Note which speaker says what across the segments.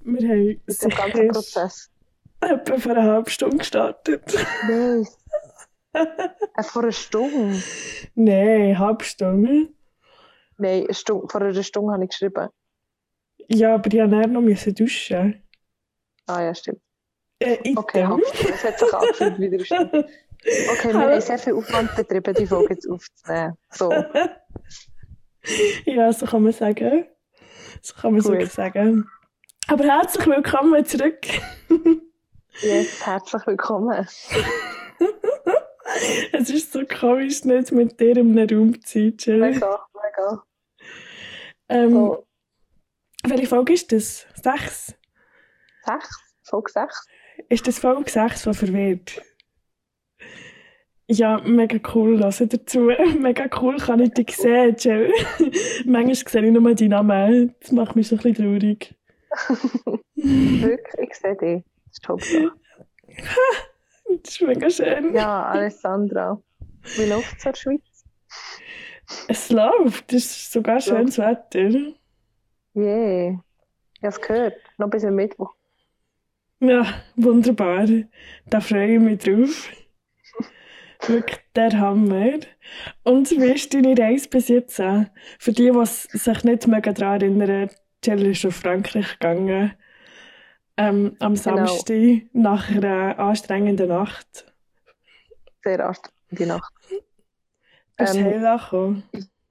Speaker 1: Wir haben
Speaker 2: mit dem ganzen
Speaker 1: sicher
Speaker 2: Prozess.
Speaker 1: etwa vor einer halben Stunde gestartet.
Speaker 2: Nein. Äh, vor einer Stunde?
Speaker 1: Nein, halbe Stunde.
Speaker 2: Nein, eine Stunde, vor einer Stunde habe ich geschrieben.
Speaker 1: Ja, aber ich musste noch müssen duschen.
Speaker 2: Ah ja, stimmt.
Speaker 1: Äh, item.
Speaker 2: Okay, halb Stunde. Es hat sich angefühlt wie eine Stunde. Okay, wir haben sehr viel Aufwand betrieben, die Folge jetzt aufzunehmen. So,
Speaker 1: Ja, so kann man sagen. So kann man es
Speaker 2: Gut.
Speaker 1: wirklich sagen. Aber herzlich willkommen zurück.
Speaker 2: yes, herzlich willkommen.
Speaker 1: Es ist so komisch, nicht mit dir in einem Raum zu sein. Jill.
Speaker 2: Mega, Also, mega.
Speaker 1: Ähm,
Speaker 2: So,
Speaker 1: Welche Folge ist das? Sechs?
Speaker 2: sechs, Folge sechs.
Speaker 1: Ist das Folge 6 von Verwirrt? Ja, mega cool, hören dazu. Mega cool, kann ich dich sehen, Jill. Manchmal sehe ich nur deinen Namen. Das macht mich so ein bisschen traurig.
Speaker 2: Wirklich, ich sehe dich. Das ist die Hauptsache.
Speaker 1: Das ist mega schön.
Speaker 2: Ja, Alessandra. Wie läuft es in der Schweiz?
Speaker 1: Es läuft, es ist sogar schönes Wetter.
Speaker 2: Yeah. Ich habe es gehört. Noch bis am Mittwoch.
Speaker 1: Ja, wunderbar. Da freue ich mich drauf. Wirklich der Hammer. Und wie ist deine Reise bis jetzt an? Für die, die es sich nicht mehr daran erinnern, Jill ist auf Frankreich gegangen. Ähm,
Speaker 2: Genau.
Speaker 1: am Samstag nach einer anstrengenden Nacht.
Speaker 2: Sehr anstrengend, die Nacht.
Speaker 1: Bist du
Speaker 2: Ähm.
Speaker 1: heil angekommen?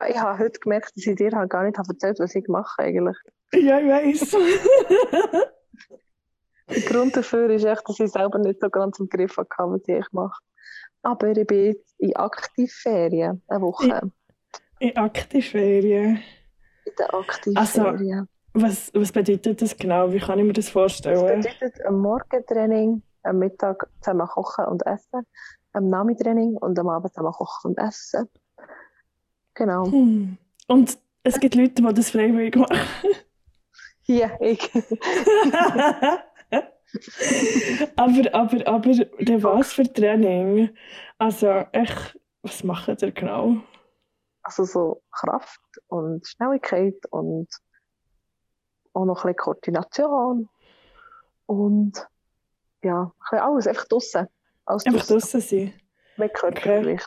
Speaker 2: Ich habe heute gemerkt, dass ich dir halt gar nicht habe erzählt habe, was ich mache eigentlich.
Speaker 1: Ja, ich weiss.
Speaker 2: Der Grund dafür ist echt, dass ich selber nicht so ganz im Griff hatte, was ich eigentlich mache. Aber ich bin jetzt in Eh, Aktivferien, eine
Speaker 1: Ja.
Speaker 2: Woche.
Speaker 1: In Aktivferien.
Speaker 2: In der
Speaker 1: Also,
Speaker 2: Aktivferien.
Speaker 1: Was, was bedeutet das genau? Wie kann ich mir das
Speaker 2: Das
Speaker 1: vorstellen?
Speaker 2: bedeutet ein Morgentraining, am Mittag zusammen kochen und essen, am Nachmittag und am Abend zusammen kochen und essen. Genau.
Speaker 1: Hm. Und es gibt Leute, die das freiwillig machen.
Speaker 2: Ja, ich.
Speaker 1: aber, aber, aber, der was für Training? Also, echt, was macht ihr genau?
Speaker 2: Also so Kraft und Schnelligkeit und auch noch ein bisschen Koordination und ja, ein bisschen alles, einfach draussen. Alles
Speaker 1: Einfach
Speaker 2: draussen.
Speaker 1: draußen sein.
Speaker 2: Mit Körpergewicht.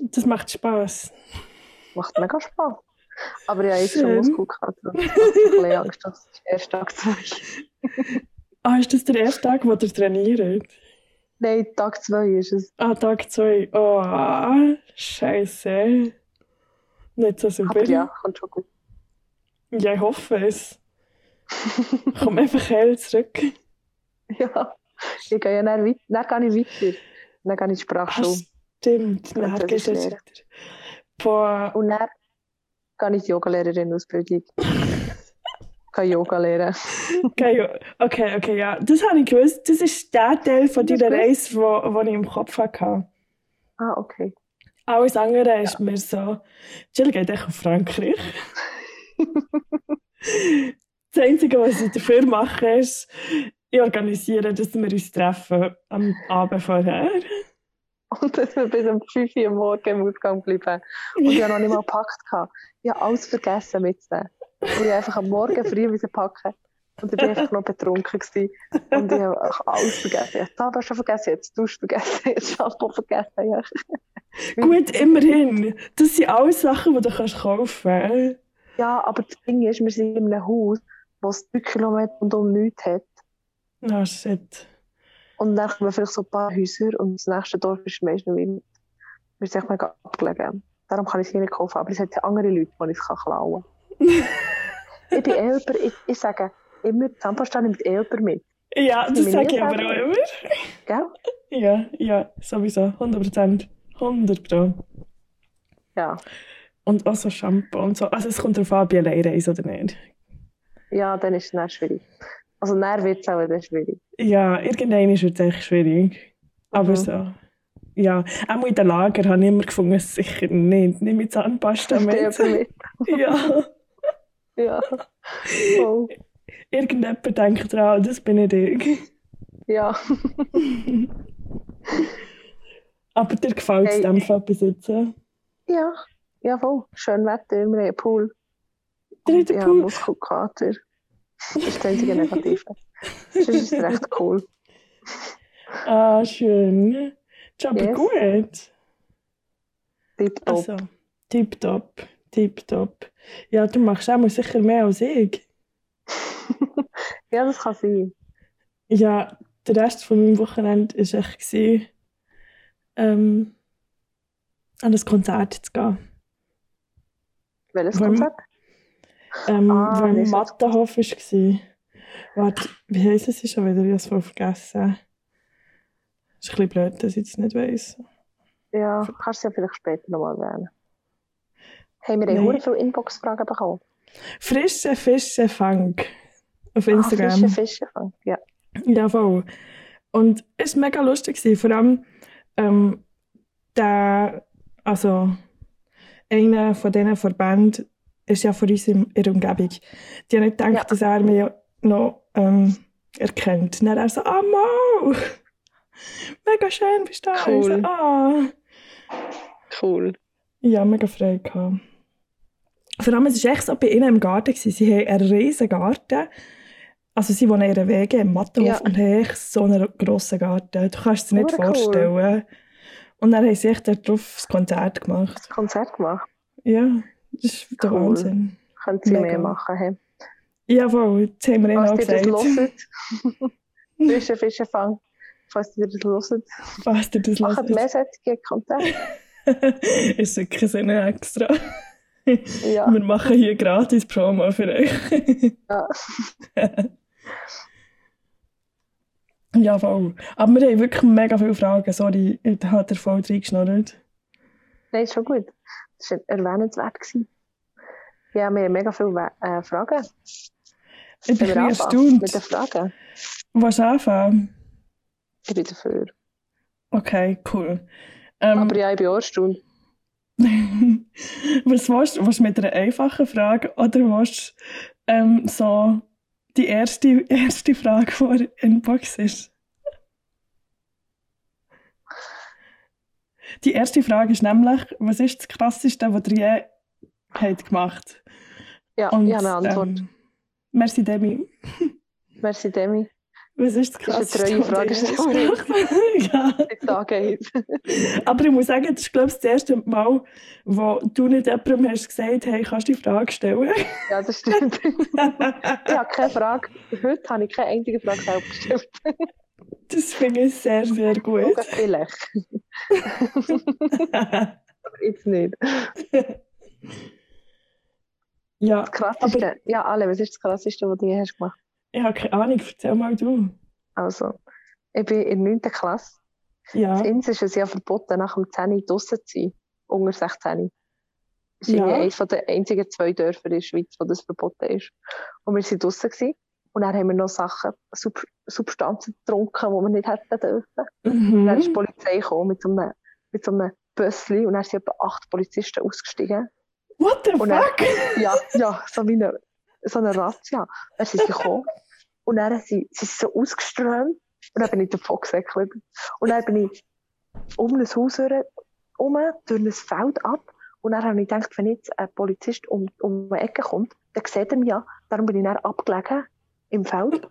Speaker 1: Okay. Das macht Spass.
Speaker 2: Macht mega Spaß. Aber ja, jetzt
Speaker 1: Schön.
Speaker 2: schon Muskelkater. Ich habe ein bisschen Angst, dass es erst Tag zwei
Speaker 1: Ah, ist das der erste Tag, wo ihr trainiert?
Speaker 2: Nein, Tag zwei ist es.
Speaker 1: Ah, Tag 2. Oh, Scheiße. Nicht so super.
Speaker 2: Aber ja, kommt schon gut.
Speaker 1: Ja, ich hoffe es. Komm einfach heil zurück.
Speaker 2: Ja. Ich gehe ja dann weiter. Dann gehe ich weiter. Dann gehe ich in die
Speaker 1: Ah,
Speaker 2: Sprachschule.
Speaker 1: stimmt. Dann
Speaker 2: Französisch
Speaker 1: gehst du jetzt
Speaker 2: lernen.
Speaker 1: wieder. Boah,
Speaker 2: Und dann gehe ich die Yogalehrerin-Ausbildung. Ich kann Yoga lernen.
Speaker 1: Okay, okay, okay, ja. Das habe ich gewusst. Das ist der Teil von
Speaker 2: Das
Speaker 1: deiner
Speaker 2: ist
Speaker 1: Reise, wo, wo ich im Kopf hatte.
Speaker 2: Ah, okay.
Speaker 1: Alles andere ist mir so, Jill geht echt auf Frankreich. das Einzige, was ich dafür mache, ist, ich organisiere, dass wir uns treffen am Abend vorher.
Speaker 2: Und dass wir bis um 5 Uhr morgen im Ausgang bleiben. Und ich habe noch nicht mal gepackt. gehabt. Ich habe alles vergessen mitzunehmen. Und ich einfach am Morgen früh müssen packen. Und ich bin einfach noch betrunken. Gewesen. Und ich habe einfach alles vergessen. Ich habe die Zahnbürste schon vergessen, ich habe die Dusche vergessen, ich habe das Shampoo vergessen. Ja. Mhm.
Speaker 1: Gut, immerhin. Das sind alles Sachen, die du kannst kaufen
Speaker 2: ja, aber das Ding ist, wir sind in einem Haus, das 3 Kilometer und um nichts hat.
Speaker 1: kannst. Ah, shit.
Speaker 2: Und dann kommen vielleicht so ein paar Häuser und das nächste Dorf ist meistens wild. Wir sind echt mega abgelegen. Darum kann ich es hier nicht kaufen. Aber es hat andere Leute, die ich es kann klauen kann. ich bin Elber, ich, ich sage immer, die Zahnpasta nimmt Elber mit.
Speaker 1: Ja, das
Speaker 2: Meine
Speaker 1: sage ich aber auch
Speaker 2: Lieblings-
Speaker 1: immer.
Speaker 2: Gell?
Speaker 1: Ja, ja, sowieso. 100%. 100 Pro.
Speaker 2: Ja.
Speaker 1: Und auch so Shampoo und so. Also es kommt darauf an, ob ich alleine reise oder nicht.
Speaker 2: Ja, dann ist es dann schwierig. Also, dann wird es auch dann schwierig.
Speaker 1: Ja, irgendein wird es echt schwierig. Aber
Speaker 2: Mhm.
Speaker 1: so. Ja, auch in den Lager habe ich immer gefunden, sicher nicht. Nimm mit Zahnpasta
Speaker 2: Ist der
Speaker 1: mit.
Speaker 2: Elber mit?
Speaker 1: ja.
Speaker 2: Ja. Oh,
Speaker 1: Irgendjemand denkt dran, das bin nicht ich.
Speaker 2: ja.
Speaker 1: Aber dir gefällt es
Speaker 2: Hey.
Speaker 1: dem Fall bis jetzt. Dir
Speaker 2: Ja. Ja, voll. Schön Wetter, wir haben einen Pool.
Speaker 1: hat der
Speaker 2: ja,
Speaker 1: Pool.
Speaker 2: Muskelkater. Das ist das einzige Negative. Sonst ist es recht cool.
Speaker 1: Ah, schön. Ist aber
Speaker 2: Yes.
Speaker 1: gut.
Speaker 2: Tipptopp.
Speaker 1: Also, tipptopp, tipptopp. Ja, du machst auch mal sicher mehr als ich.
Speaker 2: Ja, das kann sein.
Speaker 1: Ja, der Rest von meinem Wochenende war echt, gewesen, ähm, an ein Konzert zu gehen.
Speaker 2: Welches
Speaker 1: Wollen-
Speaker 2: Konzert?
Speaker 1: Ähm,
Speaker 2: Ah,
Speaker 1: wo im
Speaker 2: das ist-
Speaker 1: Mattenhof war. Warte, wie heisst es schon wieder? Ich habe es voll vergessen. Ist ein bisschen blöd, dass ich es nicht weiss.
Speaker 2: Ja, kannst du ja vielleicht später nochmal wählen. Haben wir
Speaker 1: Nein.
Speaker 2: eh viele Inbox-Fragen bekommen?
Speaker 1: Frische Fische Fang auf
Speaker 2: Ah,
Speaker 1: Instagram.
Speaker 2: Fische, Fische fangen. Ja.
Speaker 1: Ja, voll. Und es war mega lustig. Gewesen. Vor allem ähm, der, also einer von diesen Verbänden ist ja von uns in in der Umgebung. Die haben nicht gedacht,
Speaker 2: Ja.
Speaker 1: dass er mich noch ähm, erkennt. Und dann er so, ah, Mau! Mega schön bist du da. Ich so,
Speaker 2: Cool.
Speaker 1: ah.
Speaker 2: Cool.
Speaker 1: Ja, mega frei gehabt. Vor allem, es war echt so bei ihnen im Garten. Gewesen. Sie haben einen riesen Garten. Also sie wohnen in ihren Wege im Mattenhof
Speaker 2: Ja.
Speaker 1: und haben echt so einen grossen Garten. Du kannst es dir nicht
Speaker 2: Hure cool.
Speaker 1: vorstellen. Und dann haben sie echt dort drauf das Konzert gemacht.
Speaker 2: Konzert gemacht.
Speaker 1: Ja, das ist der
Speaker 2: Cool.
Speaker 1: Wahnsinn.
Speaker 2: Können Sie
Speaker 1: Mega.
Speaker 2: mehr machen. Hey.
Speaker 1: Ja, voll. Jetzt haben wir ihnen auch
Speaker 2: Falls ihr das
Speaker 1: gesagt,
Speaker 2: hört. Fische, Fische fangen. Falls ihr das hört.
Speaker 1: was dir das
Speaker 2: Macht
Speaker 1: lässt.
Speaker 2: mehr solche Konzerte.
Speaker 1: ist wirklich so eine extra.
Speaker 2: Ja.
Speaker 1: Wir machen hier gratis Promo für euch.
Speaker 2: Ja.
Speaker 1: ja, voll. Aber wir haben wirklich mega viele Fragen. Sorry, da hat er voll reingeschnurrt.
Speaker 2: Nein, ist schon gut. Das war erwähnenswert. Gewesen. Ja, wir haben mega viele We- äh, Fragen.
Speaker 1: Ich bin
Speaker 2: Wollen wir
Speaker 1: ein bisschen
Speaker 2: anfangen Mit den
Speaker 1: erstaunt.
Speaker 2: Fragen.
Speaker 1: Was anfangen?
Speaker 2: Ich bin dafür.
Speaker 1: Okay, cool. Ähm,
Speaker 2: Aber ja, ich bin auch erstaunt.
Speaker 1: was willst du? Willst du mit einer einfachen Frage oder willst du ähm, so die erste, erste Frage, die in der Box ist? Die erste Frage ist nämlich, was ist das Krasseste, was ihr je habt gemacht
Speaker 2: Ja,
Speaker 1: habt?
Speaker 2: ich habe eine Antwort.
Speaker 1: Ähm, merci, Demi.
Speaker 2: Merci, Demi.
Speaker 1: Was ist das
Speaker 2: Das
Speaker 1: Krasseste,
Speaker 2: ist eine treue
Speaker 1: was ihr je
Speaker 2: Fragestellerin.
Speaker 1: gemacht habt? ja.
Speaker 2: Die Tage haben.
Speaker 1: Aber ich muss sagen, das ist glaube ich, das erste Mal, wo du nicht jemandem hast gesagt, hey, kannst du die Frage stellen?
Speaker 2: Ja, das stimmt. Ich habe keine Frage. Heute habe ich keine einzige Frage selbst gestellt.
Speaker 1: das finde ich sehr, sehr gut.
Speaker 2: Sogar Vielleicht. Jetzt nicht.
Speaker 1: ja,
Speaker 2: Das Krasseste. ja, alle, was ist das Krasseste, was du je hast gemacht
Speaker 1: ich habe keine Ahnung, erzähl mal du.
Speaker 2: Also, ich bin in der 9. Klasse.
Speaker 1: Ja,
Speaker 2: In Inns ist es ja verboten, nach dem 10 Uhr draussen zu sein. Unter 16. Das ist
Speaker 1: Ja.
Speaker 2: ja. eines der einzigen zwei Dörfer in der Schweiz, wo das verboten ist. Und wir waren draussen. Gewesen. Und dann haben wir noch Sachen, Sub Substanzen getrunken, die wir nicht hätten dürfen. Und dann ist die
Speaker 1: mhm.
Speaker 2: Polizei gekommen mit so einem, mit so einem Bössli und dann sind etwa acht Polizisten ausgestiegen.
Speaker 1: What the
Speaker 2: Und dann-
Speaker 1: fuck?
Speaker 2: Ja, ja, so wie eine, so eine Razzia. Dann sind sie gekommen und dann sind sie so ausgeströmt und dann bin ich davon gesäckelt. Und dann bin ich um ein Haus herum, um, durch ein Feld ab und dann habe ich gedacht, wenn jetzt ein Polizist um, um die Ecke kommt, dann sieht er mich ja. Darum bin ich dann abgelegen im Feld.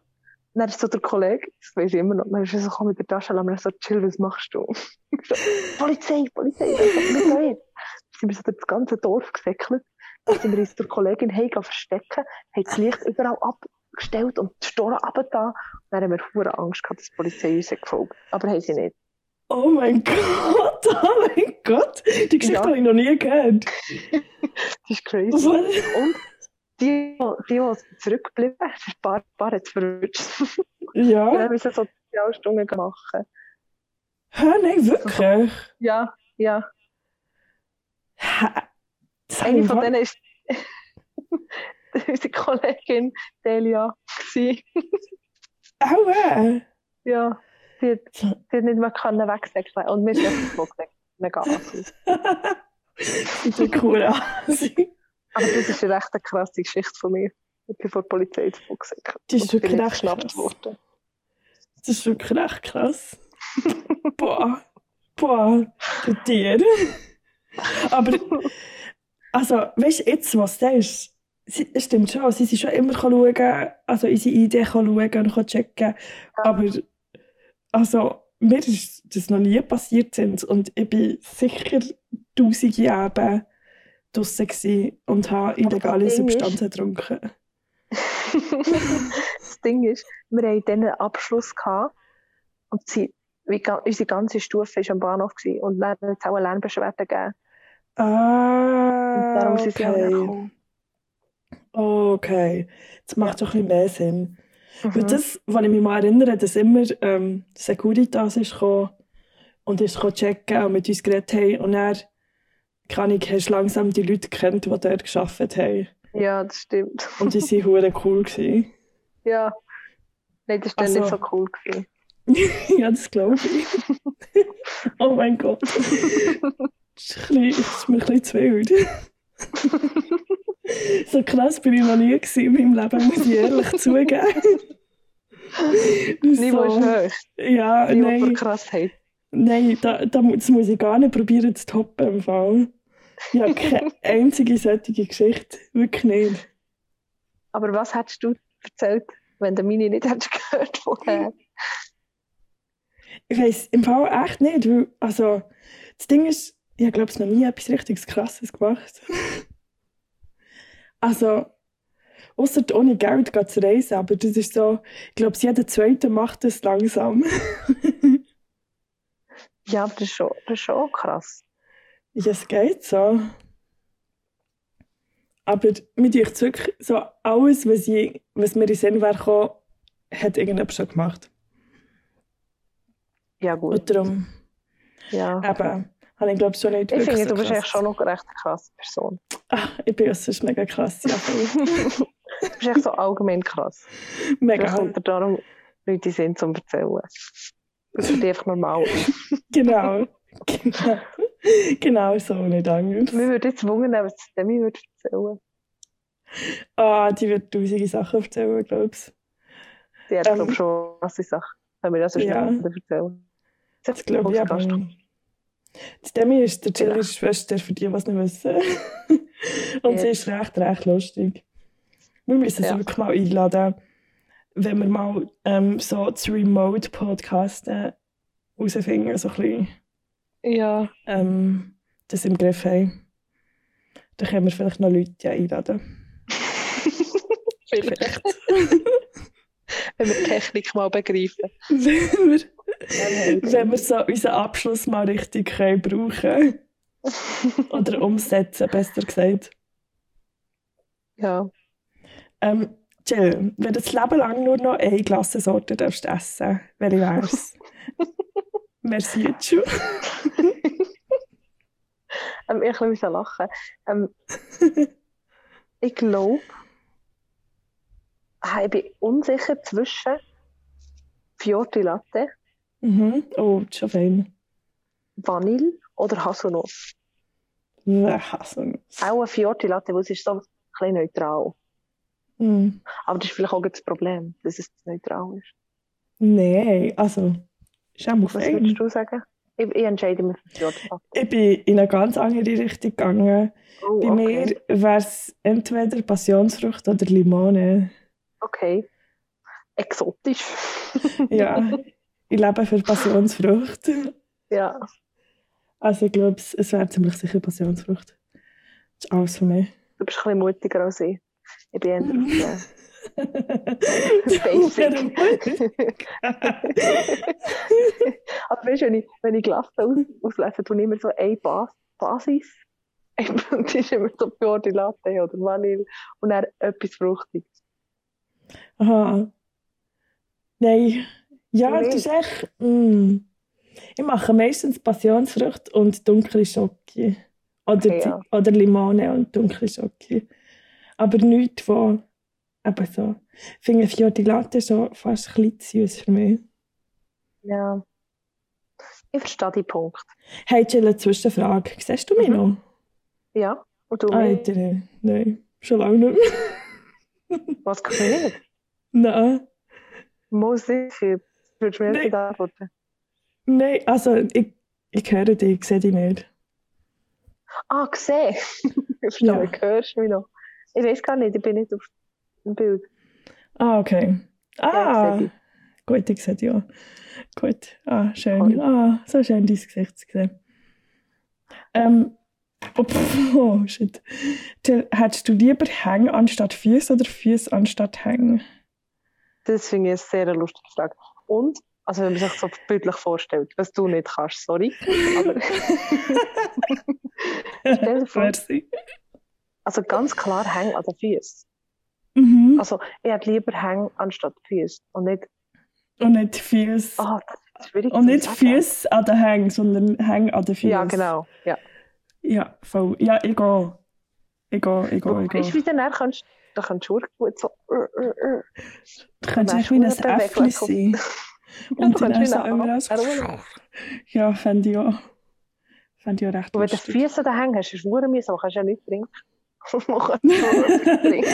Speaker 2: Und dann ist so der Kollege, das weiß ich immer noch, dann ist er so gekommen mit der Tasche und mir so, chill, was machst du? Ich so, Polizei, Polizei, was soll ich? Dann sind wir so durch das ganze Dorf gesäckelt. Dann sind wir uns der Kollegin heim gegangen verstecken, haben das Licht überall abgestellt und die Storen runtergetan. Und dann haben wir hure Angst gehabt, dass die Polizei uns hat gefolgt Aber haben sie nicht.
Speaker 1: Oh mein Gott, oh mein Gott. Die Geschichte
Speaker 2: Ja.
Speaker 1: habe ich noch nie gehört.
Speaker 2: Das ist crazy.
Speaker 1: What?
Speaker 2: Und die, die, die zurückgeblieben sind, ein paar, ein paar hat es verwünscht. Wir
Speaker 1: Ja.
Speaker 2: haben so Sozialstunden gemacht.
Speaker 1: Hä, nein, wirklich?
Speaker 2: Ja, ja.
Speaker 1: Hä? Das habe
Speaker 2: Eine
Speaker 1: ich
Speaker 2: von
Speaker 1: wa-
Speaker 2: denen ist unsere Kollegin Delia. gewesen.
Speaker 1: Aua.
Speaker 2: Ja. Sie hat, sie hat nicht mehr können wegsäckeln. Und wir sind weggesäckelt. Mega assi.
Speaker 1: Ich bin cool an.
Speaker 2: Aber das ist eine recht krasse Geschichte von mir. Ich bin vor der Polizei davon gesäckelt.
Speaker 1: Die ist
Speaker 2: Und bin
Speaker 1: wirklich
Speaker 2: nicht
Speaker 1: recht krass.
Speaker 2: geschnappt worden.
Speaker 1: Das ist wirklich echt krass. Boah. Boah. Du Tier. Aber, also, weißt du, jetzt, was du sagst, Sie, es stimmt schon, sie sind schon immer schauen, also unsere Idee schauen und checken. Aber also, mir ist das noch nie passiert sind und ich bin sicher tausend Jahre draussen gewesen und habe illegale
Speaker 2: das Ding ist-
Speaker 1: Substanzen getrunken.
Speaker 2: das Ding ist, wir hatten dann einen Abschluss gehabt, und sie, wie, ga- unsere ganze Stufe war am Bahnhof gewesen, und dann hat es auch eine Lernbeschwerde gegeben. Und
Speaker 1: Ah,
Speaker 2: darum sind sie auch nicht
Speaker 1: okay.
Speaker 2: gekommen.
Speaker 1: Okay, das macht doch ein bisschen mehr Sinn. Weil
Speaker 2: Mhm.
Speaker 1: das, wenn ich mich mal erinnere, dass immer ähm, Securitas ist gekommen und ist gekommen checken und mit uns geredet haben und er kann ich, hast langsam die Leute kennt, die dort gearbeitet haben.
Speaker 2: Ja, das stimmt.
Speaker 1: Und die waren hure cool. Gewesen.
Speaker 2: Ja. Nein, das war dann
Speaker 1: Also-
Speaker 2: nicht so cool. Gewesen.
Speaker 1: ja, das glaube ich. oh mein Gott. Das ist, ein bisschen, das ist mir ein bisschen zu wild. so krass bin ich noch nie gewesen in meinem Leben, muss ich ehrlich zugeben.
Speaker 2: Niveau ist
Speaker 1: so,
Speaker 2: hoch.
Speaker 1: ja,
Speaker 2: Niveau
Speaker 1: nein.
Speaker 2: für Krassheit.
Speaker 1: Nein, da, da, mu- das muss ich gar nicht probieren zu toppen im Fall. Ich habe keine einzige solche Geschichte. Wirklich nicht.
Speaker 2: Aber was hättest du erzählt, wenn du meine nicht hättest gehört vorher?
Speaker 1: Ich weiß im Fall echt nicht, weil, also, das Ding ist, ich habe, glaube ich, noch nie etwas richtig Krasses gemacht. also, außer ohne Geld geht zu reisen, aber das ist so, ich glaube, jeder Zweite macht das langsam.
Speaker 2: Ja, aber das ist schon, das ist schon auch krass.
Speaker 1: Ja, es geht so. Aber mit euch zurück, so alles, was, ich, was mir in den Sinn wäre gekommen, hat irgendjemand schon gemacht.
Speaker 2: Ja, gut.
Speaker 1: Und darum,
Speaker 2: Ja.
Speaker 1: eben, habe ich glaube schon nicht
Speaker 2: Ich
Speaker 1: wirklich
Speaker 2: finde,
Speaker 1: so
Speaker 2: du bist
Speaker 1: krass.
Speaker 2: eigentlich schon noch eine recht krasse Person.
Speaker 1: Ah, ich bin ja sonst mega krass, ja.
Speaker 2: Du bist echt so allgemein krass. Das
Speaker 1: Mega,
Speaker 2: kommt dir darum nicht in den Sinn zum Erzählen. Das ist einfach normal. ist.
Speaker 1: genau. genau. Genau so, nicht anders.
Speaker 2: Mir würde jetzt wundern, was das Demi würde erzählen.
Speaker 1: Ah, die wird tausende Sachen erzählen, glaube ich.
Speaker 2: Die hat,
Speaker 1: Ähm.
Speaker 2: glaube ich, schon krasse Sachen. Wenn wir das so schnell
Speaker 1: Ja.
Speaker 2: erzählen.
Speaker 1: Das glaube ich
Speaker 2: Podcast.
Speaker 1: aber. Das Demi ist der chillere Schwester, für die, was nicht wissen. Und sie
Speaker 2: Ja.
Speaker 1: ist recht, recht lustig. Wir müssen sie
Speaker 2: Ja.
Speaker 1: wirklich mal einladen, wenn wir mal ähm, so das Remote-Podcasten herausfinden, so ein bisschen
Speaker 2: Ja.
Speaker 1: ähm, das im Griff haben. Dann können wir vielleicht noch Leute einladen.
Speaker 2: Vielleicht, wenn wir die Technik mal begreifen.
Speaker 1: wenn, wir,
Speaker 2: Wenn
Speaker 1: wenn wir so unseren Abschluss mal richtig können brauchen Oder umsetzen, besser gesagt.
Speaker 2: Ja.
Speaker 1: Ähm, Jill, wenn du das Leben lang nur noch eine Klassensorte darfst essen, welche wär's? Merci jetzt schon.
Speaker 2: Ähm, ich musste lachen. Ähm, ich glaube, ah, ich bin unsicher zwischen Fiorti Latte,
Speaker 1: Mhm. Oh, schon fein.
Speaker 2: Vanille oder Haselnuss.
Speaker 1: Wer hassen
Speaker 2: Auch eine Fiorti Latte, weil es ist so ein bisschen neutral.
Speaker 1: Mhm.
Speaker 2: Aber das ist vielleicht auch das Problem, dass es neutral ist.
Speaker 1: Nein, also, ist auch mal
Speaker 2: Was
Speaker 1: fein.
Speaker 2: würdest du sagen? Ich, ich entscheide mich für Fiorti Latte.
Speaker 1: Ich bin in eine ganz andere Richtung gegangen.
Speaker 2: Oh,
Speaker 1: Bei
Speaker 2: okay.
Speaker 1: mir wäre es entweder Passionsfrucht oder Limone.
Speaker 2: Okay. Exotisch.
Speaker 1: Ja, ich lebe für Passionsfrucht.
Speaker 2: ja.
Speaker 1: Also, ich glaube, es wäre ziemlich sicher Passionsfrucht. Das ist alles für mich.
Speaker 2: Du bist ein bisschen mutiger als ich. Ich bin eher auf
Speaker 1: Basic.
Speaker 2: der- Aber weißt du, wenn ich, wenn ich Glas aus, auslese, tue ich immer so eine Bas Basis. Und die ist immer so Pure die Latte oder Vanille. Und dann etwas Fruchtiges.
Speaker 1: Aha. Nein. Ja,
Speaker 2: Nein.
Speaker 1: das ist echt. Mm. Ich mache meistens Passionsfrucht und dunkle Schocke. Oder,
Speaker 2: Ja.
Speaker 1: die- oder Limone und dunkle Schocke. Aber nichts, wo. Eben so. Ich finde Fiordi Latte schon fast ein bisschen zu süß für mich.
Speaker 2: Ja. Ich verstehe die Punkt.
Speaker 1: Hey, Jill, eine Zwischenfrage. Siehst du mich
Speaker 2: Mhm.
Speaker 1: noch? Ah,
Speaker 2: Ja. Und du,
Speaker 1: Alter, nein. nein. Schon lange nicht mehr.
Speaker 2: was kann ich nicht?
Speaker 1: Nein.
Speaker 2: Muss ich? Würdest du mir
Speaker 1: Nein.
Speaker 2: nicht antworten?
Speaker 1: Nein, also ich, ich höre dich, ich sehe dich nicht.
Speaker 2: Ah, gesehen. Ich
Speaker 1: Ja.
Speaker 2: verstehe, hörst du mich noch? Ich weiß gar nicht, ich bin nicht auf dem Bild.
Speaker 1: Ah, okay.
Speaker 2: Ja,
Speaker 1: Ah,
Speaker 2: ich sehe dich.
Speaker 1: gut, ich sehe dich auch. Gut, ah, schön.
Speaker 2: Cool.
Speaker 1: Ah, so schön dein Gesicht zu sehen. Ähm, oh, pff, oh shit. Till, Hättest du lieber Hänge anstatt Füße oder Füße anstatt Hänge?
Speaker 2: Das finde ich eine sehr lustige Frage. Und, also wenn man sich so bildlich vorstellt, was du nicht kannst, sorry. Aber stell dir vor-
Speaker 1: Merci.
Speaker 2: also ganz klar hängen an den Füßen.
Speaker 1: Mhm.
Speaker 2: Also ich hätte lieber hängen anstatt Füße. Und nicht,
Speaker 1: Und nicht Füße.
Speaker 2: Also, ah, das ist schwierig
Speaker 1: Und
Speaker 2: zu
Speaker 1: nicht
Speaker 2: sagen.
Speaker 1: Füße an den Hängen, sondern Hänge an den Füßen.
Speaker 2: Ja, genau. Ja.
Speaker 1: Ja, voll. Ja, ich gehe. Ich gehe, ich gehe, ich gehe.
Speaker 2: Ist wieder näher, kannst du kannst du gut so. äh, äh, äh.
Speaker 1: Du kannst
Speaker 2: Dann
Speaker 1: echt wie ein
Speaker 2: wärst du verdammt
Speaker 1: Äffli sein. Und
Speaker 2: Ja,
Speaker 1: dann
Speaker 2: du
Speaker 1: ist
Speaker 2: kannst
Speaker 1: er
Speaker 2: wie
Speaker 1: immer
Speaker 2: ein
Speaker 1: so...
Speaker 2: Affe.
Speaker 1: Ja, fände ich auch. Fände ich auch recht
Speaker 2: Und wenn du die
Speaker 1: lustig.
Speaker 2: Füße da hängen hast, ist es mir so, kannst du ja nicht trinken. Machen so trinken.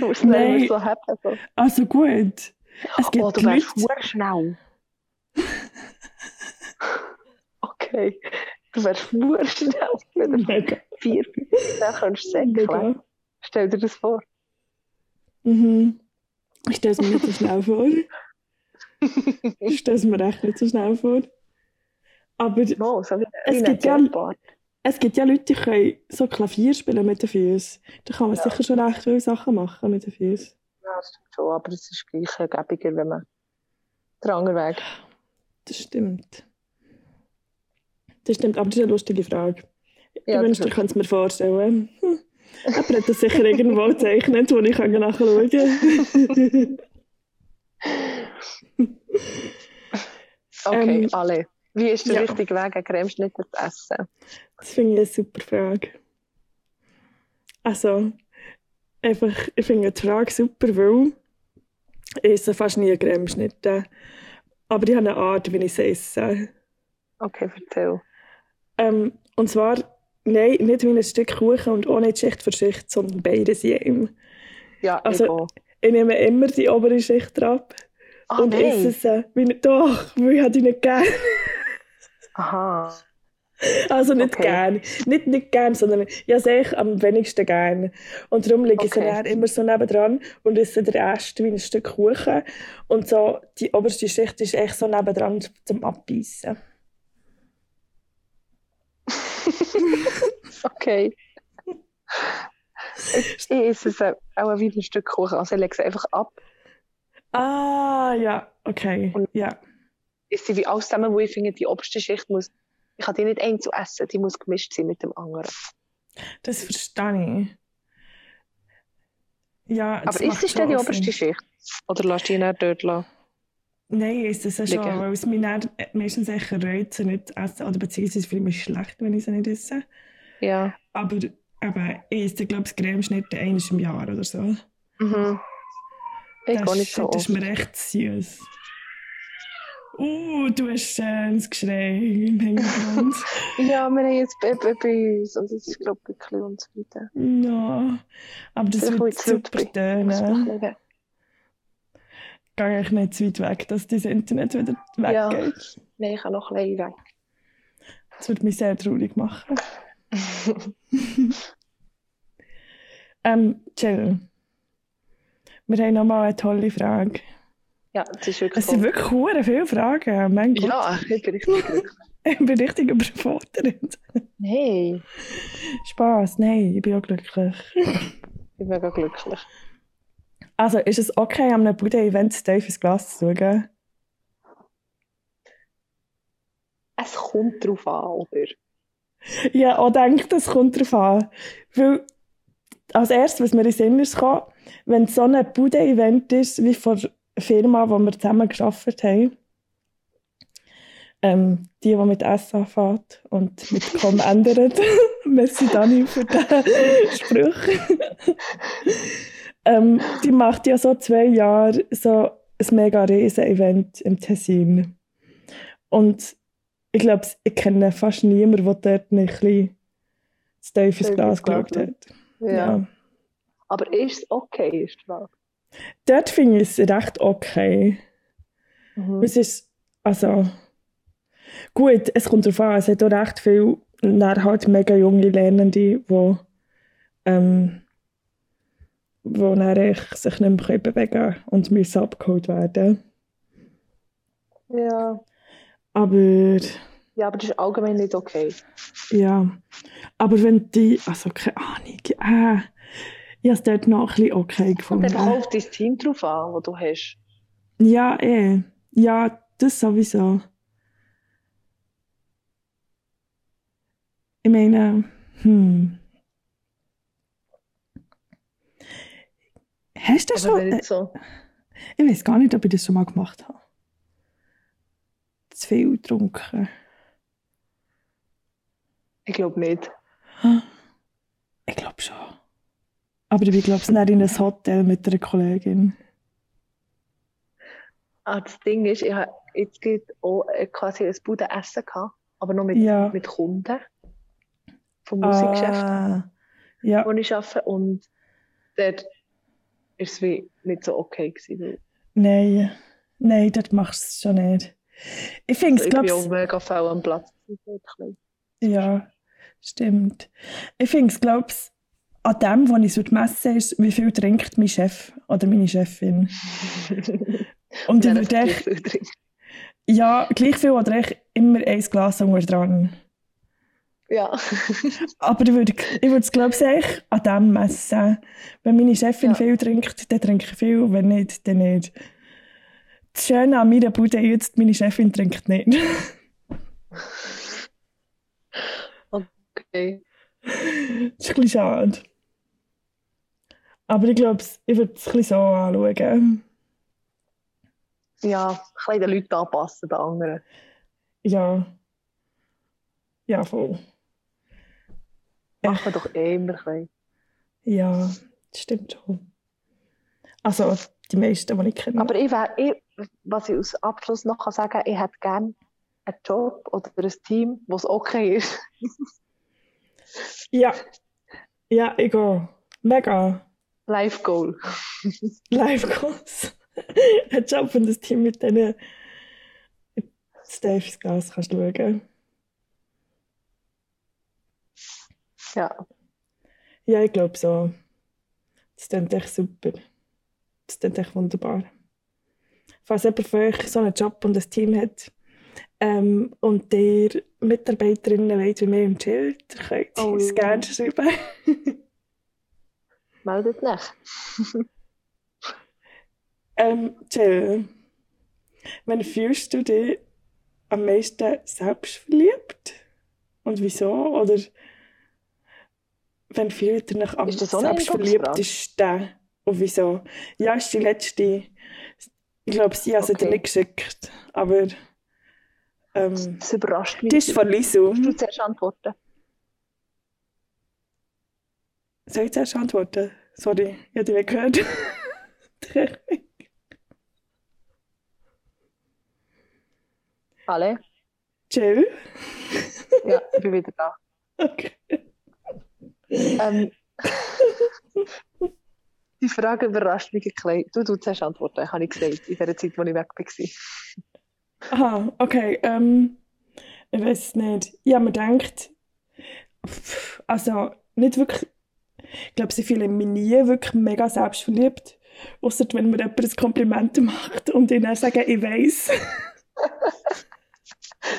Speaker 2: Du musst
Speaker 1: Nein.
Speaker 2: nicht so happy. So.
Speaker 1: Also gut. Es gibt
Speaker 2: Oh, du
Speaker 1: Leute...
Speaker 2: wärst sehr schnell. okay. Du wärst sehr schnell. Wenn du
Speaker 1: Mega,
Speaker 2: nou vier bist, dann kannst du säckeln.
Speaker 1: mega.
Speaker 2: Stell dir das vor.
Speaker 1: Mhm. Ich stelle es mir nicht so schnell vor. Ich stelle es mir echt nicht so schnell vor. Aber
Speaker 2: No, so wie
Speaker 1: Es
Speaker 2: wie ein
Speaker 1: gibt ja-
Speaker 2: Jetbad.
Speaker 1: es gibt ja Leute, die können so Klavier spielen mit den Füßen. Da kann man
Speaker 2: Ja.
Speaker 1: sicher schon recht viele Sachen machen mit den Füßen.
Speaker 2: Ja, das stimmt schon, aber es ist gleich äh, gäbiger, wenn man den anderen Weg.
Speaker 1: Das stimmt. Das stimmt, aber das ist eine lustige Frage.
Speaker 2: Ja,
Speaker 1: ich wünschte, ich könnte es mir vorstellen. Hm. Aber hat das sicher irgendwo gezeichnet, wo ich kann nachschauen kann.
Speaker 2: Okay,
Speaker 1: Ähm,
Speaker 2: alle. Wie ist der
Speaker 1: ja.
Speaker 2: richtige Weg, einen Cremeschnitter zu essen?
Speaker 1: Das finde ich eine super Frage. Also, einfach, ich finde die Frage super, weil ich esse fast nie Cremeschnitte. Aber ich habe eine Art, wie ich sie esse.
Speaker 2: Okay, erzähl.
Speaker 1: Ähm, und zwar, nein, nicht wie ein Stück Kuchen und auch nicht Schicht für Schicht, sondern beides in einem.
Speaker 2: Ja,
Speaker 1: Also-
Speaker 2: ich auch.
Speaker 1: Ich nehme immer die obere Schicht ab
Speaker 2: Ah,
Speaker 1: und
Speaker 2: nein.
Speaker 1: esse sie. Wie, doch, weil ich habe die nicht gerne.
Speaker 2: Aha.
Speaker 1: Also nicht
Speaker 2: Okay.
Speaker 1: gern. Nicht nicht gern, sondern ja sehe ich am wenigsten gern. Und darum lege ich sie
Speaker 2: Okay.
Speaker 1: dann immer so nebendran und esse den Rest wie ein Stück Kuchen. Und so die oberste Schicht ist echt so nebendran zu- zum Abbeissen.
Speaker 2: Okay. Ich esse es auch auch wie ein Stück Kuchen. Also ich lege es einfach ab.
Speaker 1: Ah, ja, okay.
Speaker 2: Und-
Speaker 1: Ja.
Speaker 2: Ich sehe wie alles zusammen, wo ich finde, die oberste Schicht muss... Ich kann die nicht ein zu essen, die muss gemischt sein mit dem anderen.
Speaker 1: Das verstehe ich. Ja, das
Speaker 2: Aber
Speaker 1: macht
Speaker 2: isst du denn die
Speaker 1: schon
Speaker 2: oberste
Speaker 1: Sinn.
Speaker 2: Schicht? Oder lässt du ihn dann dort lassen?
Speaker 1: Nein, ist das ja schon,
Speaker 2: Liegen.
Speaker 1: weil es mich dann meistens echt reut, sie nicht zu essen. Oder beziehungsweise für mich ist es schlecht, wenn ich sie nicht esse.
Speaker 2: Ja.
Speaker 1: Aber eben, ich esse, glaube ich, Cremeschnitte einmal im Jahr oder so.
Speaker 2: Mhm. Ich
Speaker 1: das
Speaker 2: gehe nicht so
Speaker 1: ist- Das ist
Speaker 2: oft.
Speaker 1: mir echt süß. Uh, du hast schönes Geschrei im Hintergrund.
Speaker 2: Ja, wir haben jetzt Baby bei uns und es ist, glaube ich, ein bisschen und so weiter.
Speaker 1: ja, aber das
Speaker 2: Vielleicht
Speaker 1: wird
Speaker 2: will Also, ich
Speaker 1: super
Speaker 2: zurück.
Speaker 1: tönen. Gehe ich nicht zu weit weg, dass dein Internet wieder
Speaker 2: Ja.
Speaker 1: weggeht.
Speaker 2: Nein, ich kann noch ein bisschen weg.
Speaker 1: Das würde mich sehr traurig machen. ähm, Jill, wir haben nochmal eine tolle Frage.
Speaker 2: Ja, das ist wirklich
Speaker 1: Es sind
Speaker 2: so.
Speaker 1: wirklich hure viele Fragen. Mein Gott,
Speaker 2: Ja, ich bin richtig glücklich.
Speaker 1: ich bin richtig überfordert.
Speaker 2: Nein,
Speaker 1: Spaß, nein, ich bin auch glücklich.
Speaker 2: ich bin mega glücklich.
Speaker 1: Also, ist es okay, an einem Bude-Event zu tief ins Glas zu schauen?
Speaker 2: Es kommt drauf an, oder?
Speaker 1: Ja, auch denke, das kommt drauf an. Weil, als erstes, was mir in den Sinn ist gekommen, wenn es so ein Bude-Event ist, wie von der Firma, wo wir zusammen gearbeitet haben, ähm, die, die mit Essen anfängt und mit «Komm» ändert. Merci Dani für diesen Spruch. ähm, die macht ja so zwei Jahre so ein mega riesen Event im Tessin. Und ich glaube, ich kenne fast niemanden, der dort nicht ein bisschen zu tief ins
Speaker 2: Tief
Speaker 1: Glas
Speaker 2: ins Glas,
Speaker 1: geschaut hat.
Speaker 2: Ja. Aber ist es okay, ist die Frage.
Speaker 1: Dort finde ich es recht okay.
Speaker 2: Mhm.
Speaker 1: Es ist, also, gut, es kommt darauf an, es hat auch recht viele, dann halt mega junge Lernende, die ähm, wo dann ich sich nicht mehr bewegen können und müssen abgeholt werden.
Speaker 2: Ja.
Speaker 1: Aber
Speaker 2: ja, aber das ist allgemein nicht okay.
Speaker 1: ja, aber wenn die, also keine Ahnung, äh, ich habe es dort noch ein bisschen okay
Speaker 2: Und
Speaker 1: gefunden.
Speaker 2: dann kommt auf dein Team drauf an, das du hast.
Speaker 1: Ja, eh. Ja, das sowieso. Ich meine, hm. Hast du das
Speaker 2: Aber
Speaker 1: schon?
Speaker 2: wenn nicht so.
Speaker 1: Ich weiß gar nicht, ob ich das schon mal gemacht habe. Zu viel getrunken.
Speaker 2: Ich glaube nicht.
Speaker 1: Ich glaube schon. Aber ich glaube es nicht in einem Hotel mit einer Kollegin.
Speaker 2: Ah, das Ding ist, ich habe jetzt gerade auch äh, quasi ein Budenessen gehabt, aber noch mit,
Speaker 1: Ja.
Speaker 2: mit Kunden vom Musikgeschäft,
Speaker 1: Ah, ja.
Speaker 2: wo ich arbeite. Und dort war es wie nicht so okay. Gewesen, weil
Speaker 1: Nein, nein, das machst du schon nicht. Ich finde es,
Speaker 2: Also ich bin um auch
Speaker 1: glaube
Speaker 2: mega faul am Platz. gewesen.
Speaker 1: ja, stimmt. Ich finde es, glaube an dem, was ich so messe, ist, wie viel trinkt mein Chef oder meine Chefin. Und ich
Speaker 2: Dann
Speaker 1: würde
Speaker 2: einfach
Speaker 1: echt,
Speaker 2: viel trinken.
Speaker 1: ja, gleich viel oder echt immer ein Glas unter dran.
Speaker 2: Ja,
Speaker 1: Aber ich würde ich würde es, glaube ich, an dem messen. Wenn meine Chefin
Speaker 2: Ja.
Speaker 1: viel trinkt, dann trinke ich viel, wenn nicht, dann nicht. Das Schöne an meiner Bude jetzt, meine Chefin trinkt nicht.
Speaker 2: okay.
Speaker 1: Das ist ein bisschen schade. Aber ich glaube, ich würde es ein bisschen so anschauen.
Speaker 2: Ja, ein bisschen den Leuten anpassen, den anderen.
Speaker 1: Ja. Ja, voll.
Speaker 2: Machen doch eh immer ein bisschen.
Speaker 1: Ja, das stimmt schon. Also, die meisten, die ich kenne.
Speaker 2: Aber ich wär, ich, was ich als Abschluss noch kann sagen kann, ich hätte gerne einen Job oder ein Team, wo es okay ist.
Speaker 1: ja. Ja, ich gehe. Mega.
Speaker 2: Life Goal.
Speaker 1: Live-Kurs. Ein Job und das Team mit diesen Staves Gas kannst du schauen.
Speaker 2: Ja,
Speaker 1: Ja, ich glaube so. Das klingt echt super. Das klingt echt wunderbar. Falls jemand von euch so einen Job und ein Team hat ähm, und der Mitarbeiterinnen wollt, wie wir im Chill, könnt ihr
Speaker 2: Oh
Speaker 1: uns
Speaker 2: ja.
Speaker 1: gerne schreiben.
Speaker 2: meldet nicht.
Speaker 1: Ähm, Jill, wann fühlst du dich am meisten selbstverliebt? Und wieso? Oder wann fühlt ihr euch am
Speaker 2: Ist das auch eine
Speaker 1: selbstverliebtesten? Und wieso? Ja, ist die letzte. Ich glaube, sie hat sie dir
Speaker 2: Okay.
Speaker 1: nicht geschickt. Aber ähm,
Speaker 2: Das Hmm. überrascht mich.
Speaker 1: die ist von Lisu.
Speaker 2: Musst du zuerst antworten?
Speaker 1: Soll ich zuerst antworten? Sorry, ich habe dich nicht gehört. Direkt.
Speaker 2: Alle?
Speaker 1: Jill?
Speaker 2: Ja, ich bin wieder da.
Speaker 1: Okay.
Speaker 2: Ähm, die Frage überrascht mich ein klein. Du du zuerst antworten, habe ich gesagt, in der Zeit, wo ich weg war.
Speaker 1: Aha, okay. Ähm, ich weiß es nicht. Ja, man denkt, pff, also nicht wirklich. Ich glaube, sie fühlen mich nie wirklich mega selbstverliebt. Außer wenn mir jemand ein Kompliment macht und ihnen sagen, ich weiß.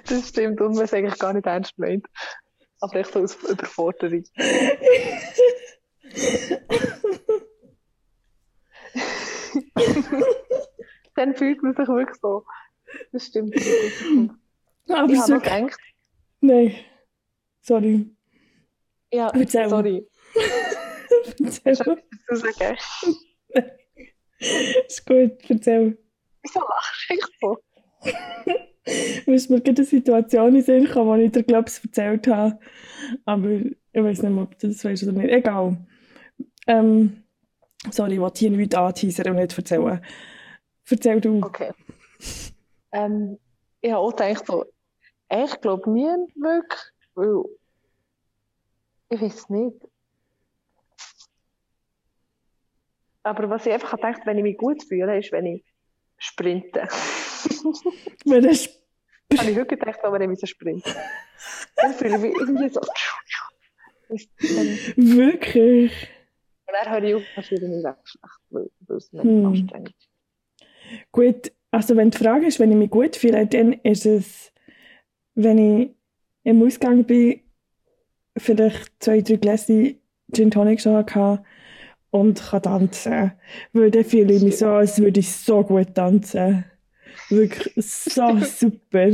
Speaker 2: Das stimmt, und man es eigentlich gar nicht ernst meint. Aber echt so aus Überforderung. Dann fühlt man sich wirklich so. Das stimmt. Das ist ein guter Punkt.
Speaker 1: Aber es
Speaker 2: Ich
Speaker 1: ist
Speaker 2: habe noch
Speaker 1: wirklich.
Speaker 2: gedacht,
Speaker 1: Nein. Sorry.
Speaker 2: ja,
Speaker 1: Erzähl.
Speaker 2: sorry,
Speaker 1: Erzähl.
Speaker 2: Sorry. zu sagen.
Speaker 1: Ist gut, erzähl.
Speaker 2: Wieso lachst du echt so?
Speaker 1: Muss mir gerade eine Situation in den Sinn kommen, die ich dir, glaube ich, erzählt habe. Aber ich weiß nicht, mehr, ob du das weißt oder nicht. Egal. Ähm, sorry, ich wollte hier nichts anteasern und nicht erzählen. Erzähl du.
Speaker 2: Okay. Ähm, ich habe auch gedacht, so, ich glaube nie wirklich, weil ich weiß nicht. Aber was ich einfach gedacht wenn ich mich gut fühle, ist, wenn ich sprinte.
Speaker 1: Wenn du sp-
Speaker 2: habe ich heute gedacht, aber ich muss sprinten. Dus Dann fühle ich mich irgendwie so.
Speaker 1: wirklich.
Speaker 2: Und dann höre ich auf, dann fühle ich mich recht schlecht, weil weil es nicht
Speaker 1: Hm.
Speaker 2: anstrengend ist.
Speaker 1: Gut, also wenn die Frage ist, wenn ich mich gut fühle, dann ist es, wenn ich im Ausgang bin, vielleicht zwei, drei Gläser Gin Tonic schon hatte und kann tanzen. Weil dann fühle ich mich so, als würde ich so gut tanzen. Wirklich so super.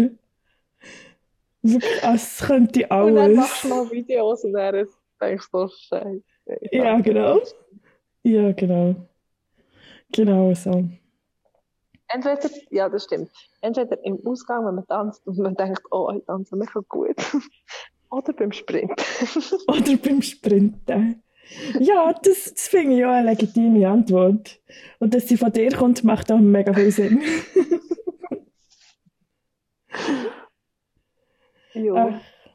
Speaker 1: Wirklich, als könnte ich
Speaker 2: Und dann machst
Speaker 1: alles.
Speaker 2: du noch Videos und dann denkst du, Scheiße. ich
Speaker 1: Ja,
Speaker 2: weiß
Speaker 1: genau.
Speaker 2: nicht.
Speaker 1: Ja, genau. Genau so.
Speaker 2: Entweder, ja, das stimmt. Entweder im Ausgang, wenn man tanzt und man denkt, oh, ich tanze mega gut. Oder beim Sprint.
Speaker 1: Oder beim Sprinten. Ja, das, das finde ich auch eine legitime Antwort. Und dass sie von dir kommt, macht auch mega viel Sinn.
Speaker 2: ja.
Speaker 1: Ach.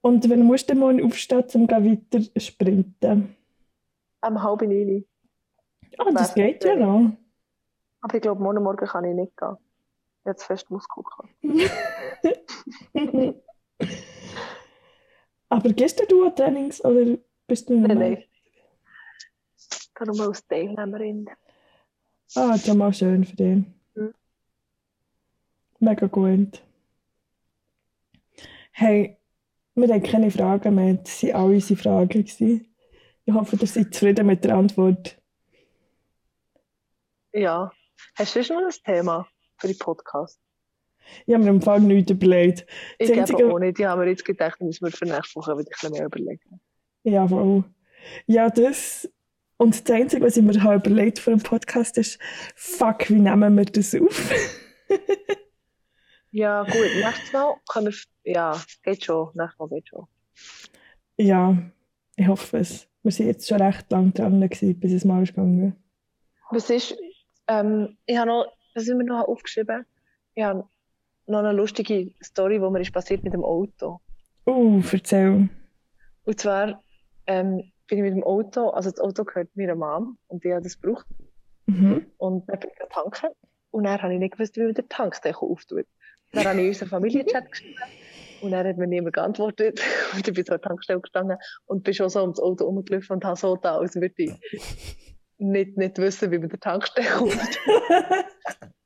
Speaker 1: Und wenn musst du morgen aufstehen, um weiter zu sprinten?
Speaker 2: Am halben neun.
Speaker 1: Ah, das geht ja noch.
Speaker 2: Aber ich glaube, morgen Morgen kann ich nicht gehen. Jetzt fest muss gucken.
Speaker 1: Aber gestern du auch Trainings oder bist du
Speaker 2: Nein,
Speaker 1: normal?
Speaker 2: nein. Darum als Teilnehmerin.
Speaker 1: Ah, das ist ja mal schön für dich.
Speaker 2: Mhm.
Speaker 1: Mega gut. Hey, wir haben keine Fragen mehr. Das waren alle unsere Fragen. gewesen. Ich hoffe, ihr seid zufrieden mit der Antwort.
Speaker 2: Ja. Hast du schon noch ein Thema für die Podcast?
Speaker 1: Ich habe mir im Fall nichts überlegt. Das
Speaker 2: Ich glaube
Speaker 1: einzige-
Speaker 2: auch nicht. Die haben wir jetzt gedacht, die müssen wir für nächste Woche wieder ein bisschen mehr überlegen.
Speaker 1: Jawohl. Ja, das. Und das Einzige, was ich mir habe überlegt für den Podcast ist, fuck, wie nehmen wir das auf?
Speaker 2: Ja, gut. Nächstes Mal können wir. Ja, geht schon. Nächstes Mal geht schon.
Speaker 1: ja, ich hoffe es. Wir sind jetzt schon recht lang dran, gewesen, bis es mal ist gegangen
Speaker 2: Was ist. Ähm, ich habe noch. Was ich mir noch aufgeschrieben Ich habe noch eine lustige Story, die mir ist passiert mit dem Auto.
Speaker 1: Uh, erzähl.
Speaker 2: Und zwar ähm, bin ich mit dem Auto. Also, das Auto gehört meiner Mom und die hat das gebraucht.
Speaker 1: Mhm.
Speaker 2: Und dann bin ich tanken. Und dann habe ich nicht gewusst, wie man den Tankstecher auftut. Dann habe ich in unseren Familienchat geschrieben. Und dann hat mir niemand geantwortet. Und ich bin zur Tankstelle gestanden und bin schon so ums Auto rumgelaufen und habe so da, als würde ich nicht, nicht wissen, wie man den Tankstecher auftut.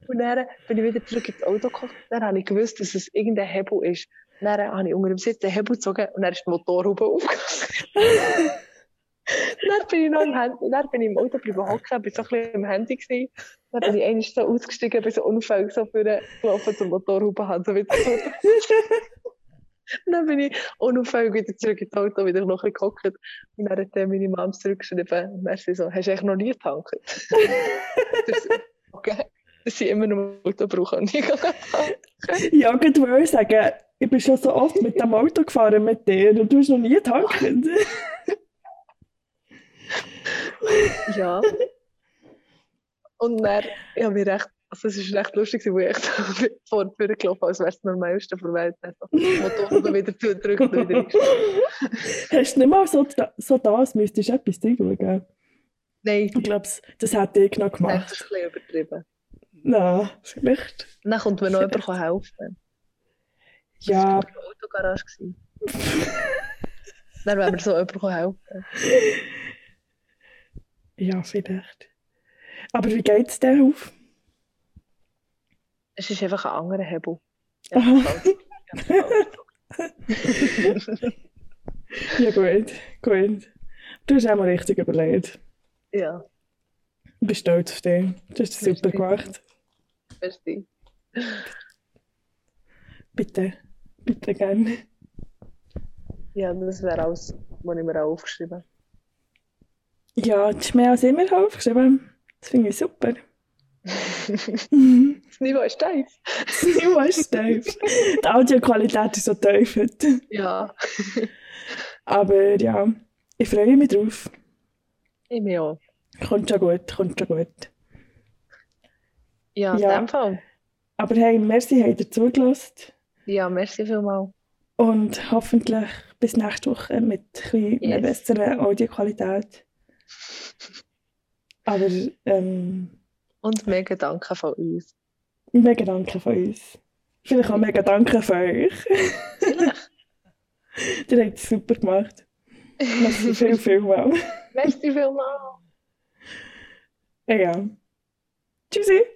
Speaker 2: Und dann bin ich wieder zurück ins Auto gekommen. Dann habe ich gewusst, dass es irgendein Hebel ist. Dann habe ich unter dem Sitz den Hebel gezogen und dann ist die Motorhaube aufgegangen. dann bin ich noch im, Hand- dann bin ich im Auto geblieben hocken, bin so ein bisschen im Handy gewesen. Dann bin ich eigentlich so ausgestiegen, bin so unfähig so vorgelaufen zur Motorhaube, habe so wieder zurück. Dann bin ich unauffällig wieder zurück ins Auto, wieder noch ein bisschen gehockt. Und dann hat dann meine Mom zurückgeschrieben. Und dann sie so, hast du eigentlich noch nie getankt? Das- okay dass sie immer noch Auto brauchen und ich
Speaker 1: Ja, ich wollte sagen, ich bin schon so oft mit dem Auto gefahren mit dir und du hast noch nie tanken.
Speaker 2: Ja. Und dann, ich habe mich recht, also es ist recht lustig, gewesen, weil ich echt vor die Tür gelaufen als wäre es das Normalste von der Welt. Also, Motor wieder zudrückt und wieder rein.
Speaker 1: Hast du nicht mal so, so das, müsstest du etwas reinschauen.
Speaker 2: Nein,
Speaker 1: Ich glaube, das hätte ich noch
Speaker 2: nein, das ist
Speaker 1: gemacht.
Speaker 2: ein bisschen übertrieben.
Speaker 1: Nein, vielleicht.
Speaker 2: Dann kommt mir noch jemand kann helfen.
Speaker 1: Ja,
Speaker 2: Das war in der Autogarage. gewesen. Dann wenn mir so jemand kann helfen
Speaker 1: ja, vielleicht. Aber wie geht es dir auf?
Speaker 2: Es ist einfach ein anderer Hebel.
Speaker 1: Aha.
Speaker 2: Ja,
Speaker 1: Ja, gut, gut. Du hast auch mal richtig überlegt.
Speaker 2: ja,
Speaker 1: Ich bin stolz auf dich. Du hast das super gemacht.
Speaker 2: merci.
Speaker 1: Bitte, bitte gerne.
Speaker 2: Ja, das wäre alles, was ich mir auch aufgeschrieben habe.
Speaker 1: Ja, das ist mehr als immer halt aufgeschrieben. Das finde ich super.
Speaker 2: Das Niveau ist steif.
Speaker 1: Ich weiß tief. Die Audioqualität ist so tief heute.
Speaker 2: Ja,
Speaker 1: Aber ja, ich freue mich drauf.
Speaker 2: ich mich auch.
Speaker 1: Kommt schon gut, kommt schon gut.
Speaker 2: Ja, in
Speaker 1: Ja.
Speaker 2: dem Fall.
Speaker 1: Aber hey, merci, habt ihr zugelassen.
Speaker 2: Ja, merci vielmals.
Speaker 1: Und hoffentlich bis nächste Woche mit ein bisschen
Speaker 2: Yes.
Speaker 1: besserer Audioqualität. Aber ähm,
Speaker 2: Und mega danke von uns.
Speaker 1: mega danke von uns. Vielleicht auch mega danke von euch. ihr habt es super gemacht. Merci viel, viel mal.
Speaker 2: Merci vielmals.
Speaker 1: Egal. Tschüssi.